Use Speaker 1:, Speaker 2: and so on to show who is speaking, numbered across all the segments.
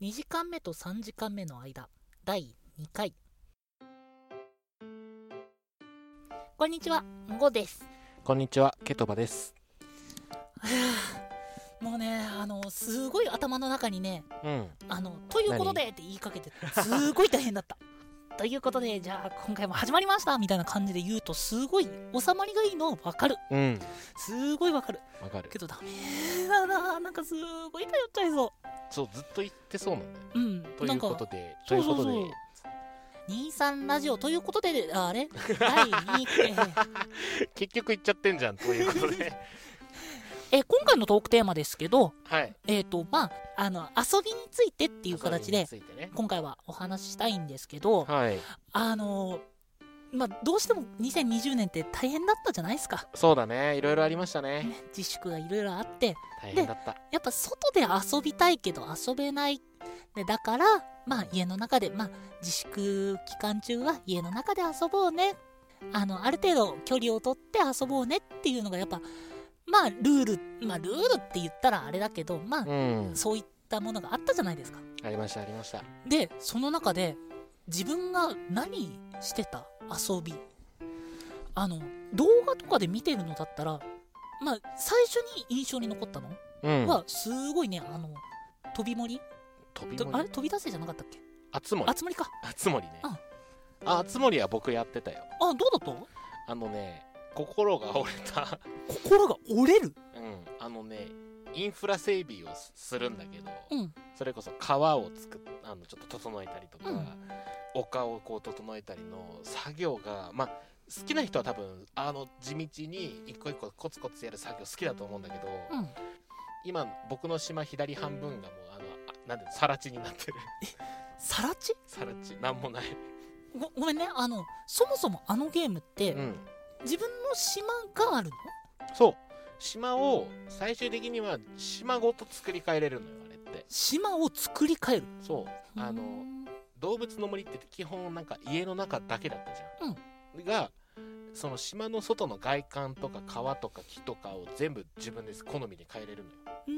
Speaker 1: 2時間目と3時間目の間第2回こんにちはゴです
Speaker 2: こんにちは、ケトバです。
Speaker 1: もうねあのすごい頭の中にね
Speaker 2: うん。
Speaker 1: あのということでって言いかけてすごい大変だった ということでじゃあ今回も始まりましたみたいな感じで言うとすごい収まりがいいの分かる
Speaker 2: うん。
Speaker 1: すごい分かる
Speaker 2: わかる。
Speaker 1: けどダメだななんかすごい頼っちゃいそ
Speaker 2: そう、ずっと言ってそうなんだよ。
Speaker 1: ううん
Speaker 2: とい
Speaker 1: な
Speaker 2: うん
Speaker 1: か
Speaker 2: ことで、と
Speaker 1: そ
Speaker 2: いうう
Speaker 1: そ
Speaker 2: こ
Speaker 1: うそう
Speaker 2: とで、
Speaker 1: 23ラジオということで、ああ れ第2回。
Speaker 2: 結局言っちゃってんじゃん、ということ で。
Speaker 1: え、今回のトークテーマですけど、
Speaker 2: はい。
Speaker 1: えっ、と、まあ、あの、遊びについてって
Speaker 2: い
Speaker 1: いう形で、
Speaker 2: ついてね。
Speaker 1: 今回はお話ししたいんですけど、
Speaker 2: はい。
Speaker 1: あのーまあ、どうしても2020年って大変だったじゃないですか。
Speaker 2: そうだね。いろいろありましたね。
Speaker 1: ね自粛がいろいろあって、
Speaker 2: 大変だった。
Speaker 1: やっぱ外で遊びたいけど遊べない。でだから、まあ、家の中で、まあ、自粛期間中は家の中で遊ぼうね。あの、ある程度距離をとって遊ぼうねっていうのがやっぱ、まあ、ルール、まあ、ルールって言ったらあれだけど、まあ、
Speaker 2: うん。
Speaker 1: そういったものがあったじゃないですか。
Speaker 2: ありました、ありました。
Speaker 1: で、その中で、自分が何してた遊び。あの、動画とかで見てるのだったら、まあ、最初に印象に残ったの
Speaker 2: うん。
Speaker 1: は、すごいね、あの、飛び盛り
Speaker 2: 飛び
Speaker 1: とあ
Speaker 2: 盛
Speaker 1: れ
Speaker 2: り。
Speaker 1: 飛び出せじゃなかったっけ
Speaker 2: あつ森
Speaker 1: あ。つ森か。
Speaker 2: あつ森ね
Speaker 1: うん。
Speaker 2: ああつ森は僕やってたよ。
Speaker 1: あ、どうだった
Speaker 2: あのね、心が折れた。
Speaker 1: 心が折れる
Speaker 2: うん。あのね、インフラ整備をすするんだけど、
Speaker 1: うん。
Speaker 2: それこそ川を作っあのちょっと整えたりとか、
Speaker 1: うん
Speaker 2: 丘をこう整えたりの作業がまあ好きな人は多分あの地道に一個一個コツコツやる作業好きだと思うんだけど、
Speaker 1: うん。
Speaker 2: 今僕の島左半分がもうあのあなんで更地になってる
Speaker 1: さらち
Speaker 2: 更地なんもない、
Speaker 1: ごごめんね、あの、そもそもあのゲームって、
Speaker 2: うん、
Speaker 1: 自分の島があるの
Speaker 2: そう島を最終的には島ごと作り変えれるのよあれって
Speaker 1: 島を作り変える。
Speaker 2: そうあの、
Speaker 1: うん
Speaker 2: 動物の森って基本なんか家の中だけだったじゃん、がその島の外の外観とか川とか木とかを全部自分で好みで変えれるのよ
Speaker 1: うー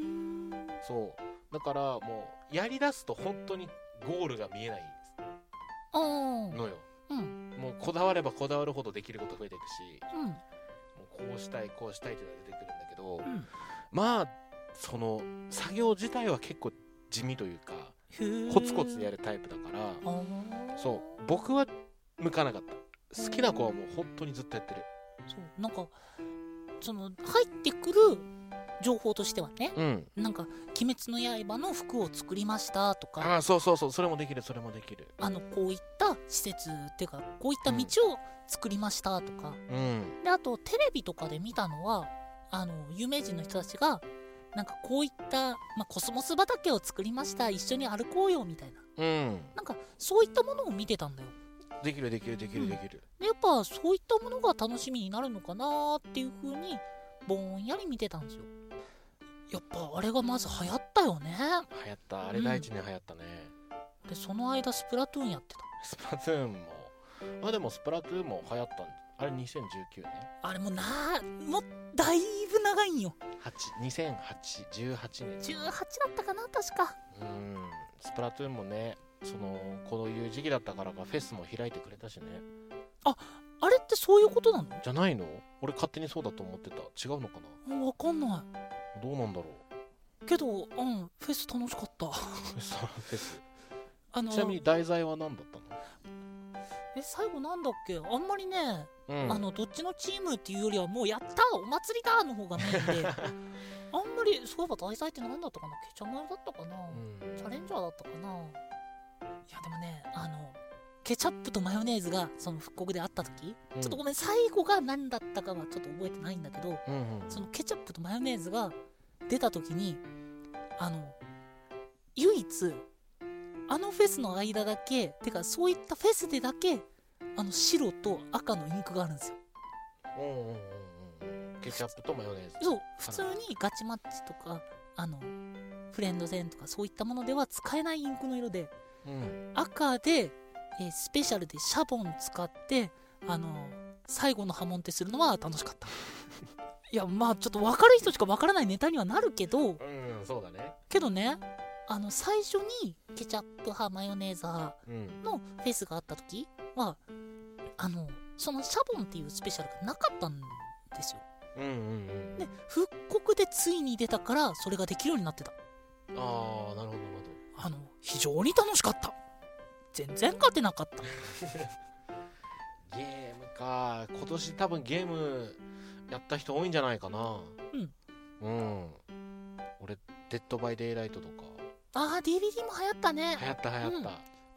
Speaker 1: ん。
Speaker 2: そうだからもうやりだすと本当にゴールが見えない
Speaker 1: あー
Speaker 2: のよ
Speaker 1: うん。
Speaker 2: もうこだわればこだわるほどできること増えていくし
Speaker 1: うん。
Speaker 2: もうこうしたいこうしたいっていうのが出てくるんだけど、
Speaker 1: ん
Speaker 2: まあその作業自体は結構地味というか
Speaker 1: へー
Speaker 2: コツコツやる。タイプだから
Speaker 1: あー
Speaker 2: そう僕は向かなかった好きな子はもう本当にずっとやってる
Speaker 1: そう。なんか、その、入ってくる情報としてはね、
Speaker 2: うん
Speaker 1: なんか、鬼滅の刃の服を作りましたとか、
Speaker 2: ああそうそうそうそれもできるそれもできる
Speaker 1: あのこういった施設っていうかこういった道を作りましたとか、
Speaker 2: うん
Speaker 1: であとテレビとかで見たのはあの有名人の人たちがなんかこういった、まあ、コスモス畑を作りました一緒に歩こうよみたいな
Speaker 2: うん
Speaker 1: なんかそういったものを見てたんだよ
Speaker 2: できるできるでき
Speaker 1: うん
Speaker 2: るできる、
Speaker 1: でやっぱそういったものが楽しみになるのかなっていう風にぼんやり見てたんですよやっぱあれがまず流行ったよね
Speaker 2: 流行ったあれ第一に流行ったね、
Speaker 1: でその間スプラトゥーンやってた
Speaker 2: スプラトゥーンもまあでもスプラトゥーンも流行ったんあれ2019年
Speaker 1: あれもうなもうだいぶ長いんよ
Speaker 2: 8 200818年
Speaker 1: 18だったかな確か
Speaker 2: うんスプラトゥーンもねそのこういう時期だったからかフェスも開いてくれたしね
Speaker 1: あれってそういうことなの
Speaker 2: じゃないの俺勝手にそうだと思ってた違うのかな
Speaker 1: あわかんな
Speaker 2: どうなんだろう
Speaker 1: いけどうんフェス楽しかった
Speaker 2: フ ェスフェス
Speaker 1: あの
Speaker 2: ちなみに題材は何だった
Speaker 1: え最後なんだっけあんまりね、
Speaker 2: の、うん、
Speaker 1: あのどっちのチームっていうよりはもうやったーお祭りだーの方がメイ ンであんまりそういえば題材って何だったかなケチャマヨだったかな、
Speaker 2: うん
Speaker 1: チャレンジャーだったかないやでもねあのケチャップとマヨネーズがその復刻であった時、
Speaker 2: うん
Speaker 1: ちょっとごめん最後が何だったかはちょっと覚えてないんだけど
Speaker 2: うんうん
Speaker 1: そのケチャップとマヨネーズが出た時にあの唯一あのフェスの間だけてかそういったフェスでだけあの白と赤のインクがあるんですよ
Speaker 2: うんうんうんうんケチャップとマヨネーズ
Speaker 1: そう普通にガチマッチとかあのフレンド戦とかそういったものでは使えないインクの色で
Speaker 2: うん
Speaker 1: 赤で、えースペシャルでシャボン使ってあの最後の波紋ってするのは楽しかったいやまあちょっと分かる人しか分からないネタにはなるけど
Speaker 2: うんそうだね
Speaker 1: けどねあの最初にケチャップ派マヨネーズ派
Speaker 2: うん
Speaker 1: のフェスがあった時はあのそのシャボンっていうスペシャルがなかったんですよ
Speaker 2: うんうんうん
Speaker 1: で復刻でついに出たからそれができるようになってた
Speaker 2: ああなるほどなる
Speaker 1: あの非常に楽しかった全然勝てなかった
Speaker 2: ほどゲームか今年多分ゲームやった人多いんじゃないかなうん俺デッドバイデイライトとか
Speaker 1: あー DVD も流行ったね
Speaker 2: 流行った流行った、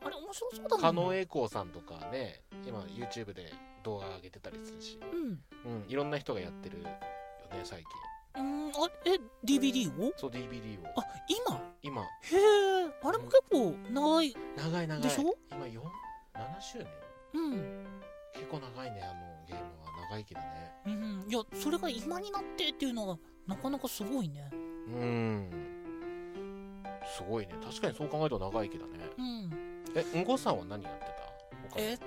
Speaker 1: あれ面白そうだもん
Speaker 2: 狩野英孝さんとかね今 YouTube で動画上げてたりするし、
Speaker 1: うん
Speaker 2: うん、いろんな人がやってるよね最近
Speaker 1: うんあえ DVD を
Speaker 2: そう DVD を
Speaker 1: あ今
Speaker 2: 今
Speaker 1: へえあれも結構長い
Speaker 2: 長い長い
Speaker 1: でしょ
Speaker 2: 今4 7周年
Speaker 1: うん、
Speaker 2: 結構長いねあのゲームは長生きだね
Speaker 1: うん、いやそれが今になってっていうのがなかなかすごいね
Speaker 2: うんすごいね確かにそう考えると長生きだね
Speaker 1: うん
Speaker 2: えうんごさんは何やってた他に
Speaker 1: え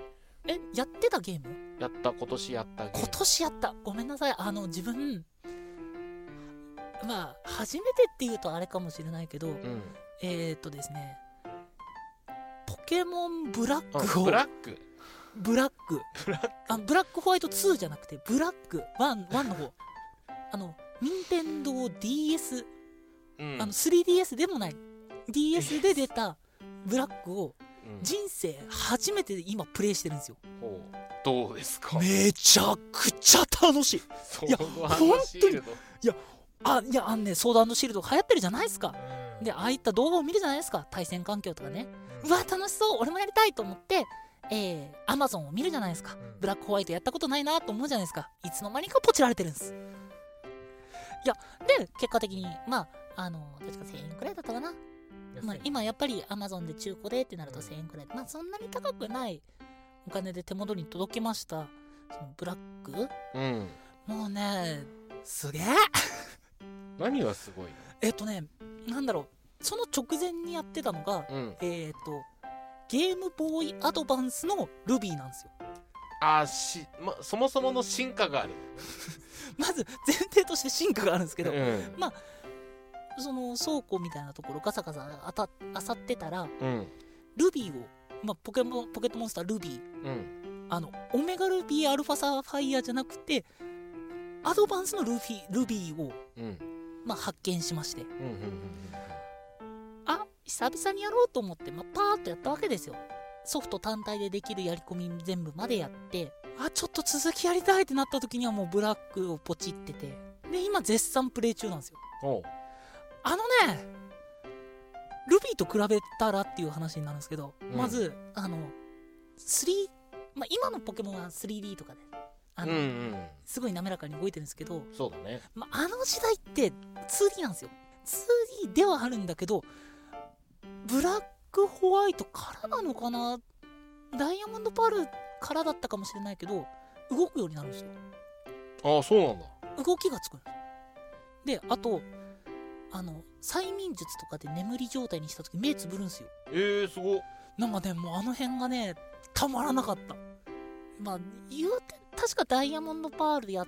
Speaker 1: えやってたゲーム
Speaker 2: やった今年やったゲーム
Speaker 1: 今年やったごめんなさいあの自分まあ初めてっていうとあれかもしれないけど
Speaker 2: うん
Speaker 1: えー、っとですねポケモンブラッ
Speaker 2: あ
Speaker 1: クを
Speaker 2: ブラック
Speaker 1: ブラック
Speaker 2: ブラック
Speaker 1: あブラックホワイト2じゃなくてブラック1 1の方あの任天堂 d s
Speaker 2: うん
Speaker 1: あの 3DS でもない DS で出たブラックを
Speaker 2: うん
Speaker 1: 人生初めて今プレイしてるんですよ
Speaker 2: ほうどうですか
Speaker 1: めちゃくちゃ楽しい
Speaker 2: そう
Speaker 1: いや
Speaker 2: 本当に
Speaker 1: あいやあのねソードアンドシールド流行ってるじゃないですかでああいった動画を見るじゃないですか対戦環境とかねうわ楽しそう俺もやりたいと思ってえー、アマゾンを見るじゃないですかブラックホワイトやったことないなと思うじゃないですかいつの間にかポチられてるんですいやで結果的にまああの確か1000円くらいだったかなまあ、今やっぱり Amazon で中古でってなると
Speaker 2: うん
Speaker 1: 1000円くらい、まあそんなに高くないお金で手元に届きましたそのブラック
Speaker 2: うん
Speaker 1: もうねすげえ
Speaker 2: 何がすごいの
Speaker 1: えっとねなんだろうその直前にやってたのが
Speaker 2: うん
Speaker 1: えーっとゲームボーイアドバンスのルビーなんですよ
Speaker 2: あーしまそもそもの進化がある
Speaker 1: まず前提として進化があるんですけ
Speaker 2: け
Speaker 1: ど、
Speaker 2: うん
Speaker 1: その倉庫みたいなところガサガサあたあさってたら
Speaker 2: うん
Speaker 1: ルビーを、まあ、ポケモンポケットモンスタールビー
Speaker 2: うん
Speaker 1: あの、オメガルビーアルファサファイアじゃなくて、アドバンスのルフィ、ルビーを、
Speaker 2: うん
Speaker 1: まあ、発見しまして、
Speaker 2: うんうん
Speaker 1: あ、久々にやろうと思って、まあ、パーッとやったわけですよ。ソフト単体でできるやり込み全部までやって、あ、ちょっと続きやりたいってなった時にはもうブラックをポチってて、で、今絶賛プレイ中なんですよ。
Speaker 2: おう
Speaker 1: あのね、ルビーと比べたらっていう話になるんですけど、
Speaker 2: ん
Speaker 1: まず、あの、3、まあ、今のポケモンは 3D とかで、あ
Speaker 2: うん
Speaker 1: の、
Speaker 2: うん
Speaker 1: すごい滑らかに動いてるんですけど、
Speaker 2: そうだね
Speaker 1: まあ、あの時代って 2D なんですよ 2D ではあるんだけどブラックホワイトからなのかなダイヤモンドパールからだったかもしれないけど動くようになるんですよ
Speaker 2: ああそうなんだ
Speaker 1: 動きがつくんですであとあの催眠術とかで眠り状態にした時目つぶるんですよ
Speaker 2: えー、すごっ
Speaker 1: なんかねもうあの辺がねたまらなかったまあ言うて確かダイヤモンドパールやっ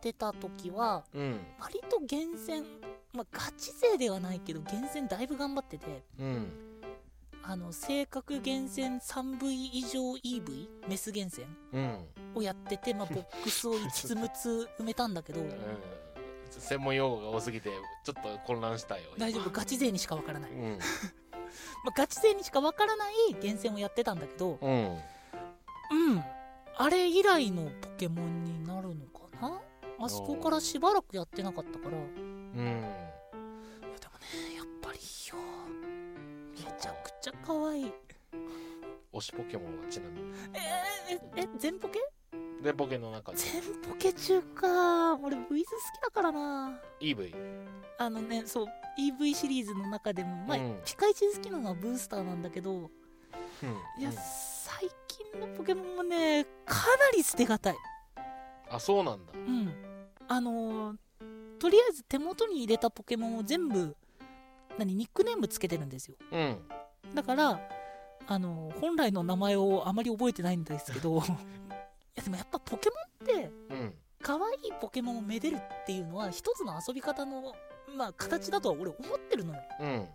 Speaker 1: てた時は
Speaker 2: うん
Speaker 1: 割と厳選、まあ、ガチ勢ではないけど厳選だいぶ頑張ってて
Speaker 2: うん
Speaker 1: あの性格厳選 3V 以上 EV メス厳選
Speaker 2: うん
Speaker 1: をやってて、まあ、ボックスを5つ6つ埋めたんだけど
Speaker 2: 専門用語が多すぎてちょっと混乱したよ今
Speaker 1: 大丈夫ガチ勢にしかわからない、
Speaker 2: う
Speaker 1: ま
Speaker 2: ん
Speaker 1: あ、ガチ勢にしかわからない厳選をやってたんだけど
Speaker 2: うん
Speaker 1: うんあれ以来のポケモンになるのかなあそこからしばらくやってなかったからいや
Speaker 2: うん
Speaker 1: でもねやっぱりよめちゃくちゃ可愛い
Speaker 2: 推しポケモンはちなみに
Speaker 1: えーええ全ポケ
Speaker 2: でポケの中で
Speaker 1: 全ポケ中か俺 V ズ好きだからな
Speaker 2: EV
Speaker 1: あのねそう EV シリーズの中でもまあ、
Speaker 2: うん
Speaker 1: ピカイチ好きなのはブースターなんだけど
Speaker 2: うん
Speaker 1: いや、
Speaker 2: うん
Speaker 1: 最近のポケモンもねかなり捨てがたい
Speaker 2: あそうなんだ
Speaker 1: うんあのーとりあえず手元に入れたポケモンを全部何ニックネームつけてるんですよ
Speaker 2: うん
Speaker 1: だからあのー本来の名前をあまり覚えてないんですけ どいやでもやっぱポケモンって
Speaker 2: うん
Speaker 1: 可愛いポケモンをめでるっていうのは一つの遊び方の、まあ、形だとは俺思ってるのよ
Speaker 2: うん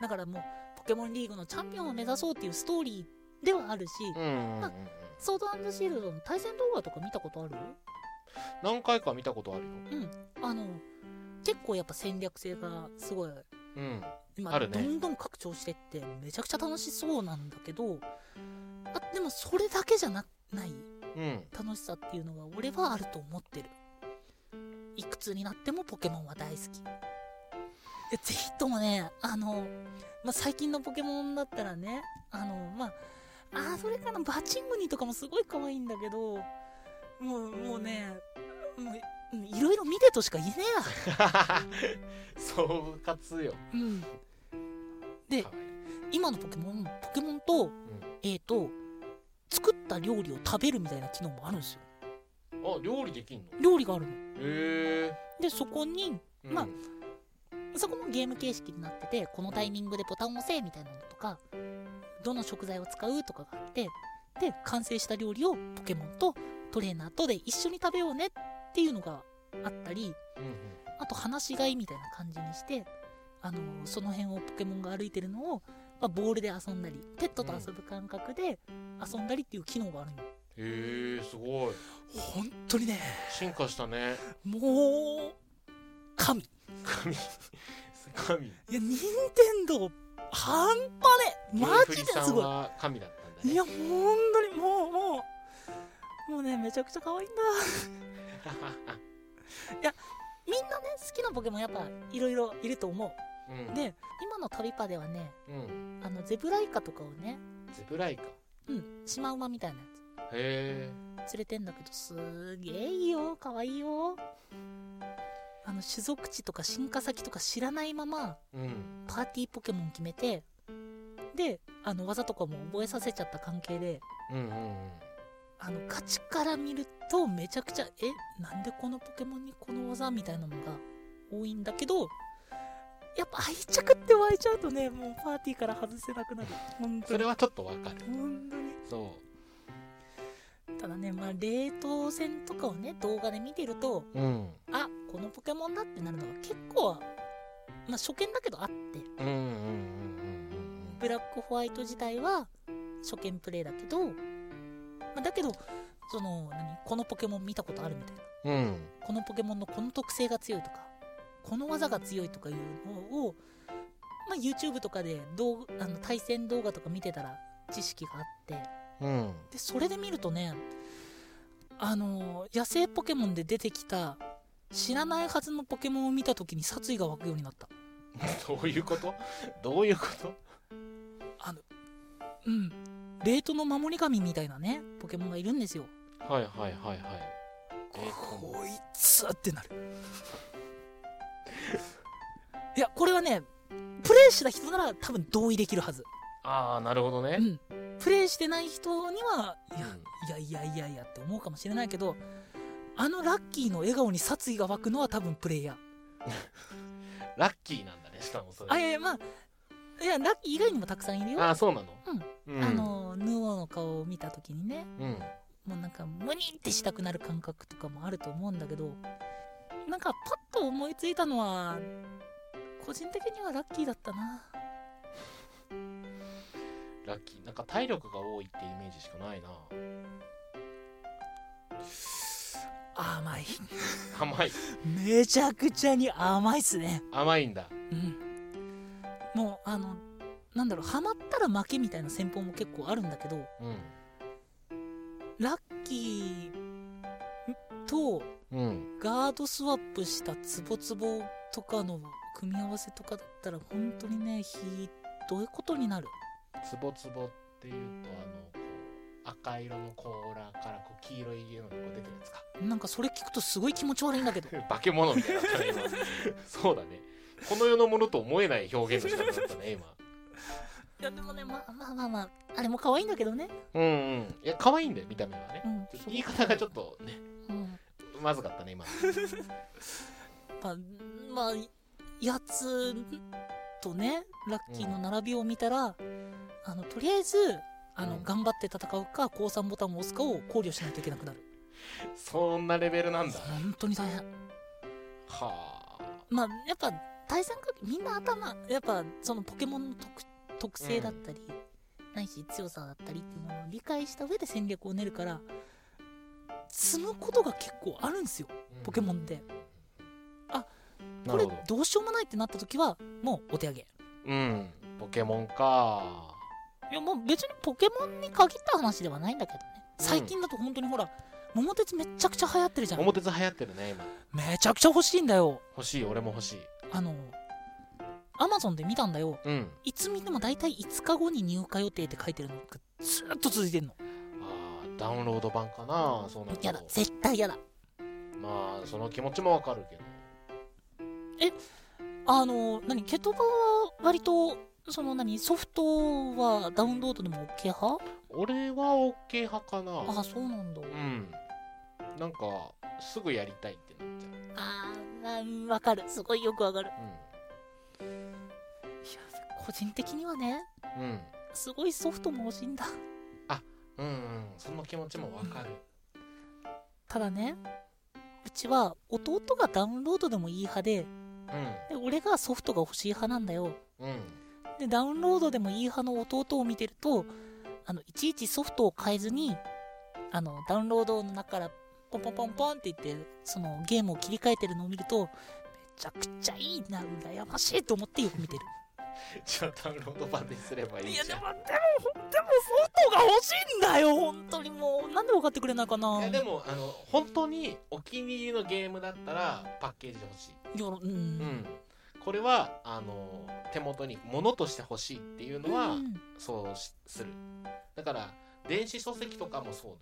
Speaker 1: だからもうポケモンリーグのチャンピオンを目指そうっていうストーリーではあるし、
Speaker 2: うんうんうんうん
Speaker 1: ソードシールドの対戦動画とか見たことある
Speaker 2: 何回か見たことあるよ。
Speaker 1: あの結構やっぱ戦略性がすごい
Speaker 2: うん。
Speaker 1: 今、
Speaker 2: あるね
Speaker 1: どんどん拡張してってめちゃくちゃ楽しそうなんだけどあでもそれだけじゃなない
Speaker 2: うん。
Speaker 1: 楽しさっていうのが俺はあると思ってるいくつになってもポケモンは大好きでぜひともねあの、まあ、最近のポケモンだったらねあのまああーそれかなバチングニとかもすごい可愛いんだけどもうもうねもううんいろいろ見てとしか言えねえや
Speaker 2: 総括よ。
Speaker 1: うん、で
Speaker 2: かわいい
Speaker 1: 今のポケモンポケモンと、えっ、と作った料理を食べるみたいな機能もあるんですよ
Speaker 2: あ、料理できんの
Speaker 1: 料理があるの
Speaker 2: へえ。
Speaker 1: でそこに
Speaker 2: うん
Speaker 1: まあそこもゲーム形式になっててこのタイミングでボタンを押せみたいなのとかどの食材を使うとかがあってで完成した料理をポケモンとトレーナーとで一緒に食べようねっていうのがあったり
Speaker 2: うんうん
Speaker 1: あと放し飼いみたいな感じにしてあのその辺をポケモンが歩いてるのを、まあ、ボールで遊んだりペットと遊ぶ感覚で遊んだりっていう機能があるのよ
Speaker 2: へえ、すごい。
Speaker 1: 本当にね
Speaker 2: 進化したね。
Speaker 1: もう神い
Speaker 2: 神。神。
Speaker 1: や任天堂半端ねえマジですごい
Speaker 2: い。神だったんだね。
Speaker 1: いや、本当にもう、もう、もうね、めちゃくちゃ可愛いんだ。みんなね、好きなポケモンやっぱいろいろいると思う。
Speaker 2: うん。
Speaker 1: で、今の旅パではね、
Speaker 2: うん。
Speaker 1: あの、ゼブライカとかをね、
Speaker 2: ゼブライカ。
Speaker 1: うん、シマウマみたいなや
Speaker 2: へ
Speaker 1: つ連れてんだけど、すーげえいいよ、可愛いよ。あの、種族地とか進化先とか知らないまま、
Speaker 2: え。うん。
Speaker 1: パーティーポケモン決めて、で、あの、技とかも覚えさせちゃった関係で、
Speaker 2: うんうんうん。
Speaker 1: あの価値から見るとめちゃくちゃえなんでこのポケモンにこの技みたいなのが多いんだけどやっぱ愛着って湧いちゃうとねもうパーティーから外せなくなる本当
Speaker 2: そ
Speaker 1: に
Speaker 2: れはちょっとわかる。
Speaker 1: 本当に
Speaker 2: そ
Speaker 1: ただねまあ冷凍戦とかをね動画で見てると
Speaker 2: う。うん。
Speaker 1: あこのポケモンだってなるのが結構まあ初見だけどあって
Speaker 2: うんうんうんうんうん
Speaker 1: ブラックホワイト自体は初見プレイだけど、まあ、だけどその何このポケモン見たことあるみたいな
Speaker 2: うん。うん。
Speaker 1: このポケモンのこの特性が強いとかこの技が強いとかいうのを、まあ、YouTube とかで動あの対戦動画とか見てたら知識があって
Speaker 2: うん。
Speaker 1: でそれで見るとねあの野生ポケモンで出てきた知らないはずのポケモンを見た時に殺意が湧くようになった
Speaker 2: どういうことどういうこと
Speaker 1: うんレートの守り神みたいなねポケモンがいるんですよ
Speaker 2: はいはいはいはい。え
Speaker 1: こいつってなるいやこれはねプレイした人なら多分同意できるはず
Speaker 2: ああ、なるほどね
Speaker 1: う。ん、プレイしてない人には
Speaker 2: うん
Speaker 1: いやいやいやいやいやって思うかもしれないけどあのラッキーの笑顔に殺意が湧くのは多分プレイヤー
Speaker 2: ラッキーなんだね、しかもそれ。
Speaker 1: あいやいやまあいやラッキー以外にもたくさんいるよ、
Speaker 2: ああ、そうなのう
Speaker 1: あ、のヌオの顔を見た時にね
Speaker 2: うん。
Speaker 1: もうなんかムニってしたくなる感覚とかもあると思うんだけどなんかパッと思いついたのは個人的にはラッキーだったな
Speaker 2: ラッキー。なんか体力が多いってイメージしかないな。
Speaker 1: 甘い
Speaker 2: 甘い。
Speaker 1: めちゃくちゃに甘いっすね
Speaker 2: 甘いんだ。
Speaker 1: うん、もうあのなんだろうハマったら負けみたいな戦法も結構あるんだけど
Speaker 2: う
Speaker 1: ラッキーと
Speaker 2: ん。うん。
Speaker 1: ガードスワップしたツボツボとかの組み合わせとかだったら本当にねひどいことになる
Speaker 2: つぼつぼっていうと、あの、こう赤色の甲羅からこう黄色い家のとこ出てるやつか。
Speaker 1: なんかそれ聞くとすごい気持ち悪いんだけど
Speaker 2: 化け物みたいだったね、今。 そうだね。この世のものと思えない表現の仕方だったね、今。
Speaker 1: いやでもねまあまあまあまああれも可愛いんだけどね
Speaker 2: うんうん。いや、可愛いんだよ、見た目はね
Speaker 1: う。ん
Speaker 2: ちょっと言い方がちょっ、とね、
Speaker 1: うん、
Speaker 2: まずかったね、今。
Speaker 1: まあまあやつとねラッキーの並びを見たら、あのとりあえずあの、
Speaker 2: うん
Speaker 1: 頑張って戦うか降参ボタンを押すかを考慮しないといけなくなる
Speaker 2: そんなレベルなんだ。
Speaker 1: 本当に大変
Speaker 2: はあ。
Speaker 1: まあやっぱ対戦かみんな頭やっぱそのポケモンの特特性だったり、ないし強さだったりっていうのを理解した上で戦略を練るから積むことが結構あるんですよポケモンであ
Speaker 2: な
Speaker 1: これ
Speaker 2: るほど
Speaker 1: どうしようもないってなった時はもうお手上げ
Speaker 2: うんポケモンか
Speaker 1: いやもう別にポケモンに限った話ではないんだけどね最近だと本当にほら桃鉄めちゃくちゃ流行ってるじゃん
Speaker 2: 桃鉄流行ってるね今
Speaker 1: めちゃくちゃ欲しいんだよ
Speaker 2: 欲しい俺も欲しい
Speaker 1: あのアマゾンで見たんだよ
Speaker 2: うん
Speaker 1: いつ見ても大体5日後に入荷予定って書いてるのがずーっと続いてんの
Speaker 2: あーダウンロード版かなそうなると
Speaker 1: やだ絶対やだ
Speaker 2: まあその気持ちもわかるけど
Speaker 1: あの何ケトバは割とその何ソフトはダウンロードでも OK 派
Speaker 2: 俺は OK 派かな
Speaker 1: ああそうなんだ
Speaker 2: うんなんかすぐやりたいってなっちゃ
Speaker 1: あーうんわかるすごいよくわかるいうや個人的にはね
Speaker 2: うんうん
Speaker 1: すごいソフトも欲しいんだ
Speaker 2: うんうんその気持ちもわかる
Speaker 1: ただねうちは弟がダウンロードでもいい派でで俺がソフトが欲しい派なんだよ
Speaker 2: うんうん
Speaker 1: でダウンロードでもいい派の弟を見てるとあのいちいちソフトを変えずにあのダウンロードの中からポンポンポンポンって言ってそのゲームを切り替えてるのを見るとめちゃくちゃいいな羨ましいと思ってよく見てる
Speaker 2: じゃあダウンロード版にすればいい
Speaker 1: い
Speaker 2: じ
Speaker 1: や
Speaker 2: ゃん
Speaker 1: でもでもでもソフトが欲しいんだよ本当にもうなんで分かってくれないかない
Speaker 2: やでもあの本当にお気に入りのゲームだったらパッケージ欲しい、
Speaker 1: いやうん、
Speaker 2: うん、これはあの手元に物として欲しいっていうのは、
Speaker 1: うん
Speaker 2: そうしするだから電子書籍とかもそう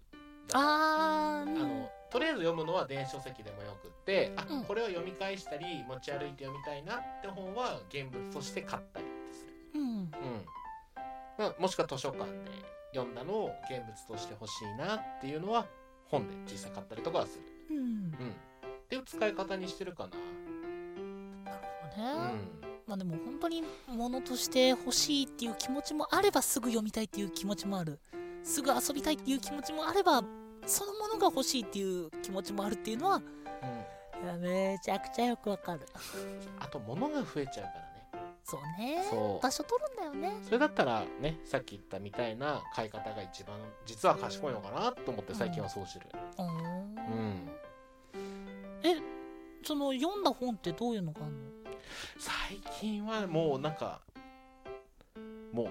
Speaker 2: だ
Speaker 1: あー
Speaker 2: あのとりあえず読むのは電子書籍でもよくってあ、
Speaker 1: うん
Speaker 2: これを読み返したり持ち歩いて読みたいなって本は現物として買ったりする、
Speaker 1: うん
Speaker 2: うんまあ、もしくは図書館で読んだのを現物として欲しいなっていうのは本で実際買ったりとかはする
Speaker 1: うん
Speaker 2: うん。っていう使い方にしてるか
Speaker 1: なるほ
Speaker 2: な。
Speaker 1: どね、
Speaker 2: う
Speaker 1: まあでも本当に物として欲しいっていう気持ちもあればすぐ読みたいっていう気持ちもあるすぐ遊びたいっていう気持ちもあればそのものが欲しいっていう気持ちもあるっていうのはめちゃくちゃよくわかる
Speaker 2: ん。あと、物が増えちゃうからね。
Speaker 1: そうね
Speaker 2: そう
Speaker 1: 場所取るんだよね
Speaker 2: それだったらね、さっき言ったみたいな買い方が一番、実は賢いのかなと思って最近はそうしてる。
Speaker 1: う
Speaker 2: うんん。
Speaker 1: その読んだ本ってどういうのがあるの
Speaker 2: 最近はもうなんか、もう、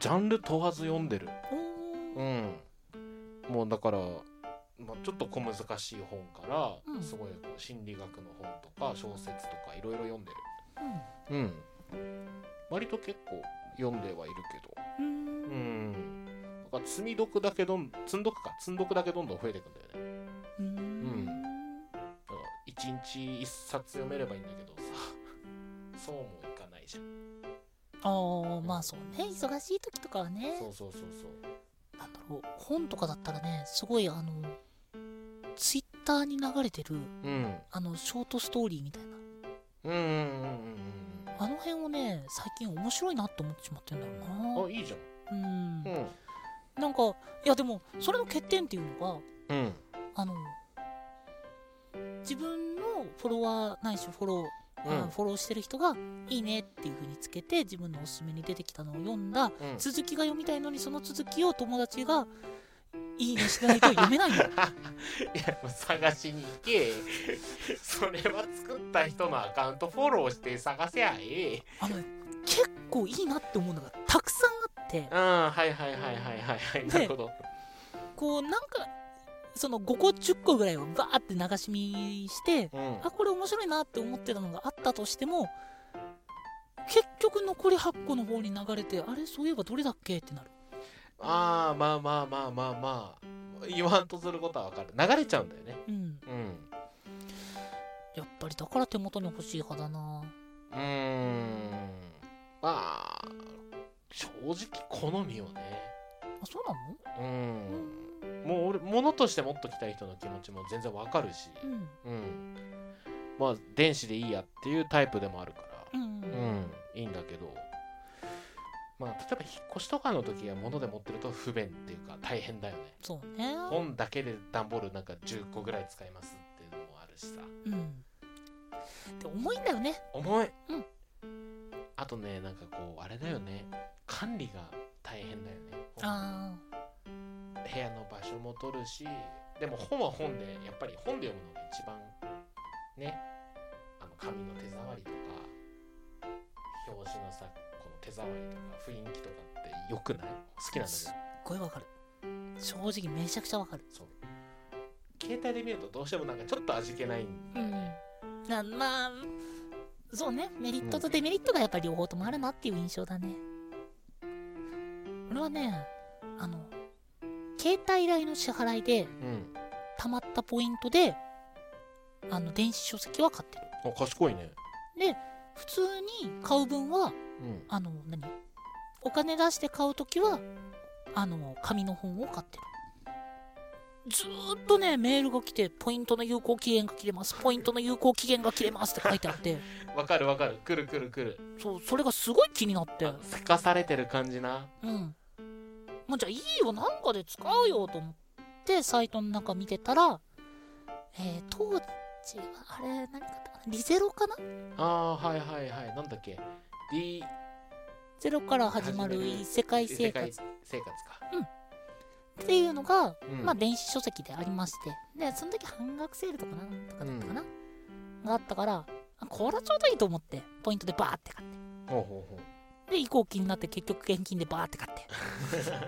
Speaker 2: ジャンル問わず読んでる。
Speaker 1: おー
Speaker 2: うん。もうだから、まあ、ちょっと小難しい本から、
Speaker 1: うん
Speaker 2: すごいこう心理学の本とか小説とかいろいろ読んでる。
Speaker 1: うん
Speaker 2: うん。割と結構読んではいるけど。
Speaker 1: う
Speaker 2: うんん。だから積み読だけどん、積んどくか、積んどくだけどんどん増えていくんだよね。
Speaker 1: うん
Speaker 2: だから一日一冊読めればいいんだけどさ、そうもいかないじゃん。
Speaker 1: ああまあそうね忙しい時とかはね
Speaker 2: そうそうそうそう。
Speaker 1: なんだろう本とかだったらねすごいあのツイッターに流れてる
Speaker 2: うん。
Speaker 1: あのショートストーリーみたいな
Speaker 2: うんうんうん
Speaker 1: あの辺をね最近面白いなって思ってしまってんだ
Speaker 2: うんうん。
Speaker 1: ろ
Speaker 2: あ、いいじゃ
Speaker 1: うなうん
Speaker 2: ん。うん。
Speaker 1: なんかいやでもそれの欠点っていうの
Speaker 2: うん。
Speaker 1: があの自分のフォロワーないしフォロー、
Speaker 2: うん
Speaker 1: あフォローしてる人が「いいね」っていう風につけて自分のおすすめに出てきたのを読んだ
Speaker 2: うん。
Speaker 1: 続きが読みたいのにその続きを友達が「いいね」してないと読めないの
Speaker 2: いや、もう探しに行け。それは作った人のアカウントフォローして探せやええ。
Speaker 1: あのね結構いいなって思うのがたくさんあって
Speaker 2: うん、はいはいはいはいはいはい。なるほど。
Speaker 1: こうなんかその5個10個ぐらいをバーって流し見して
Speaker 2: うん。
Speaker 1: あこれ面白いなって思ってたのがあったとしても結局残り8個の方に流れてあれそういえばどれだっけってなる
Speaker 2: ああまあまあまあまあまあ言わんとすることはわかる流れちゃうんだよね
Speaker 1: うん
Speaker 2: うん
Speaker 1: やっぱりだから手元に欲しい派だな
Speaker 2: うーんまあ正直好みよね
Speaker 1: あそうな
Speaker 2: う
Speaker 1: の
Speaker 2: んもう俺物として持っときたい人の気持ちも全然わかるし
Speaker 1: うんうん
Speaker 2: うんまあ電子でいいやっていうタイプでもあるから
Speaker 1: うん
Speaker 2: う、んいいんだけどまあ例えば引っ越しとかの時は物で持ってると不便っていうか大変だよね
Speaker 1: そうね
Speaker 2: 本だけで段ボールなんか10個ぐらい使いますっていうのもあるしさ
Speaker 1: うんって重いんだよね
Speaker 2: 重い、
Speaker 1: うん
Speaker 2: あとねなんかこうあれだよね管理が大変だよね
Speaker 1: あ
Speaker 2: 部屋の場所も取るしでも本は本でやっぱり本で読むのが一番ねあの紙の手触りとか表紙のさこの手触りとか雰囲気とかって良くない好きなんだけど
Speaker 1: あ声わかる正直めちゃくちゃわかる
Speaker 2: そう携帯で見るとどうしてもなんかちょっと味気ないんだよね、
Speaker 1: なまあそうねメリットとデメリットがやっぱり両方ともあるなっていう印象だね俺はねあの携帯代の支払いで
Speaker 2: うん
Speaker 1: 貯まったポイントであの電子書籍は買ってる
Speaker 2: あ賢いね
Speaker 1: 普通に買う分は
Speaker 2: うん
Speaker 1: あの何お金出して買う時はあの紙の本を買ってるずーっとねメールが来てポイントの有効期限が切れますポイントの有効期限が切れますって書いてあって
Speaker 2: わかるわかるくるくるくる
Speaker 1: そうそれがすごい気になって
Speaker 2: あせかされてる感じな
Speaker 1: うんまあじゃあいいよなんかで使うよと思ってサイトの中見てたらえー、当時はあれ何買ったかなリゼロかな
Speaker 2: あーはいはいはいなんだっけ D
Speaker 1: ゼロから始まる異世界生活
Speaker 2: 世界生活か
Speaker 1: っていうのが、
Speaker 2: うん
Speaker 1: まあ電子書籍でありましてでその時半額セールとかなんとかだったかな、があったからあこれはちょうどいいと思ってポイントでバーって買って
Speaker 2: ほうほうほう
Speaker 1: で移行期になって結局現金でバーって買って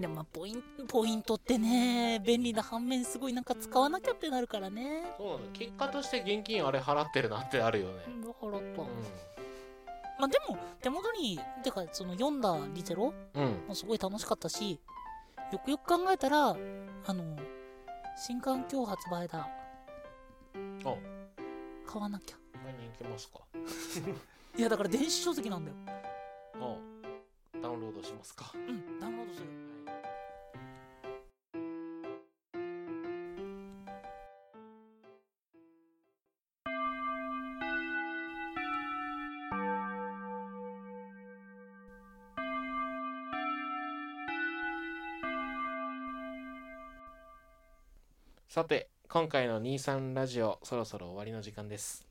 Speaker 1: でもまあポインポイントってね便利な反面すごいなんか使わなきゃってなるからね
Speaker 2: そうなんだ結果として現金あれ払ってるなってあるよね
Speaker 1: だからと、
Speaker 2: う
Speaker 1: まあでも手元にてかその読んだリゼロ
Speaker 2: ん、
Speaker 1: もすごい楽しかったしよくよく考えたらあの新刊今日発売だ
Speaker 2: あ
Speaker 1: 買わなきゃ
Speaker 2: 買いに行けますか
Speaker 1: いやだから電子書籍なんだよ
Speaker 2: あダウンロードしますか
Speaker 1: うんダウンロードする
Speaker 2: さて今回の23ラジオそろそろ終わりの時間です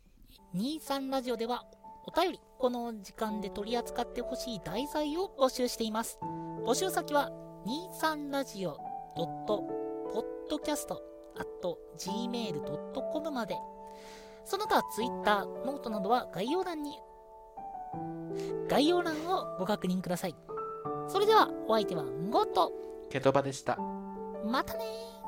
Speaker 1: 23ラジオではお便りこの時間で取り扱ってほしい題材を募集しています募集先は23ラジオ .podcast gmail.com までその他 Twitter ノートなどは概要欄に概要欄をご確認くださいそれではお相手はんごと
Speaker 2: ケトバでした
Speaker 1: またねー